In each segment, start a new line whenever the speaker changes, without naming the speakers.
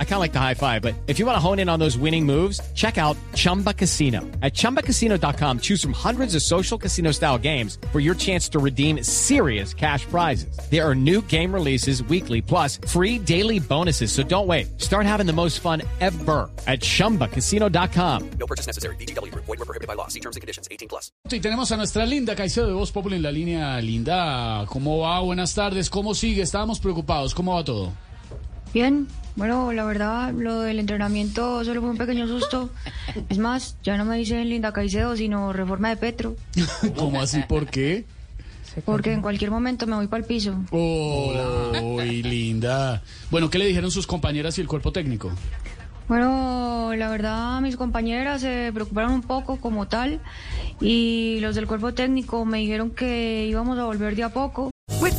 I kind of like the high five, but if you want to hone in on those winning moves, check out Chumba Casino. At chumbacasino.com, choose from hundreds of social casino style games for your chance to redeem serious cash prizes. There are new game releases weekly, plus free daily bonuses. So don't wait. Start having the most fun ever at chumbacasino.com.
No purchase necessary. BGW. Void were prohibited by law. See terms and conditions. 18 plus.
Y tenemos a nuestra Linda Caicedo de Voz Populi en la línea. Linda, ¿cómo va? Buenas tardes, ¿cómo sigue? Estábamos preocupados, ¿cómo va todo?
Bien, bueno, la verdad, lo del entrenamiento solo fue un pequeño susto. Es más, ya no me dicen Linda Caicedo, sino Reforma de Petro,
¿Cómo así? ¿Por qué?
porque en cualquier momento me voy para el piso.
Uy, Linda. Bueno, ¿qué le dijeron sus compañeras y el cuerpo técnico?
Bueno, la verdad, mis compañeras se preocuparon un poco como tal y los del cuerpo técnico me dijeron que íbamos a volver de a poco.
With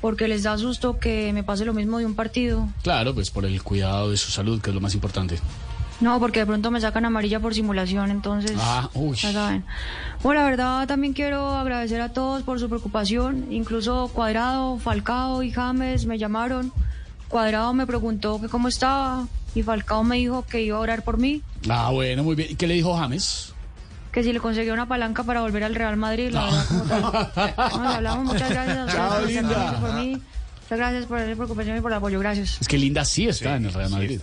Porque les da susto que me pase lo mismo de un partido.
Claro, pues por el cuidado de su salud, que es lo más importante.
No, porque de pronto me sacan amarilla por simulación, entonces.
Ah, uy.
Ya saben. Bueno, la verdad también quiero agradecer a todos por su preocupación. Incluso Cuadrado, Falcao y James me llamaron. Cuadrado me preguntó que cómo estaba y Falcao me dijo que iba a orar por mí,
Ah, bueno, muy bien. ¿Y qué le dijo James?
que si le conseguía una palanca para volver al Real Madrid. La verdad, como tal. Bueno, hablamos, muchas gracias a ustedes
Chao,
por
linda.
preocuparse por mí. Muchas gracias por la preocupación y por el apoyo. Gracias.
Es que Linda sí está en el Real Madrid.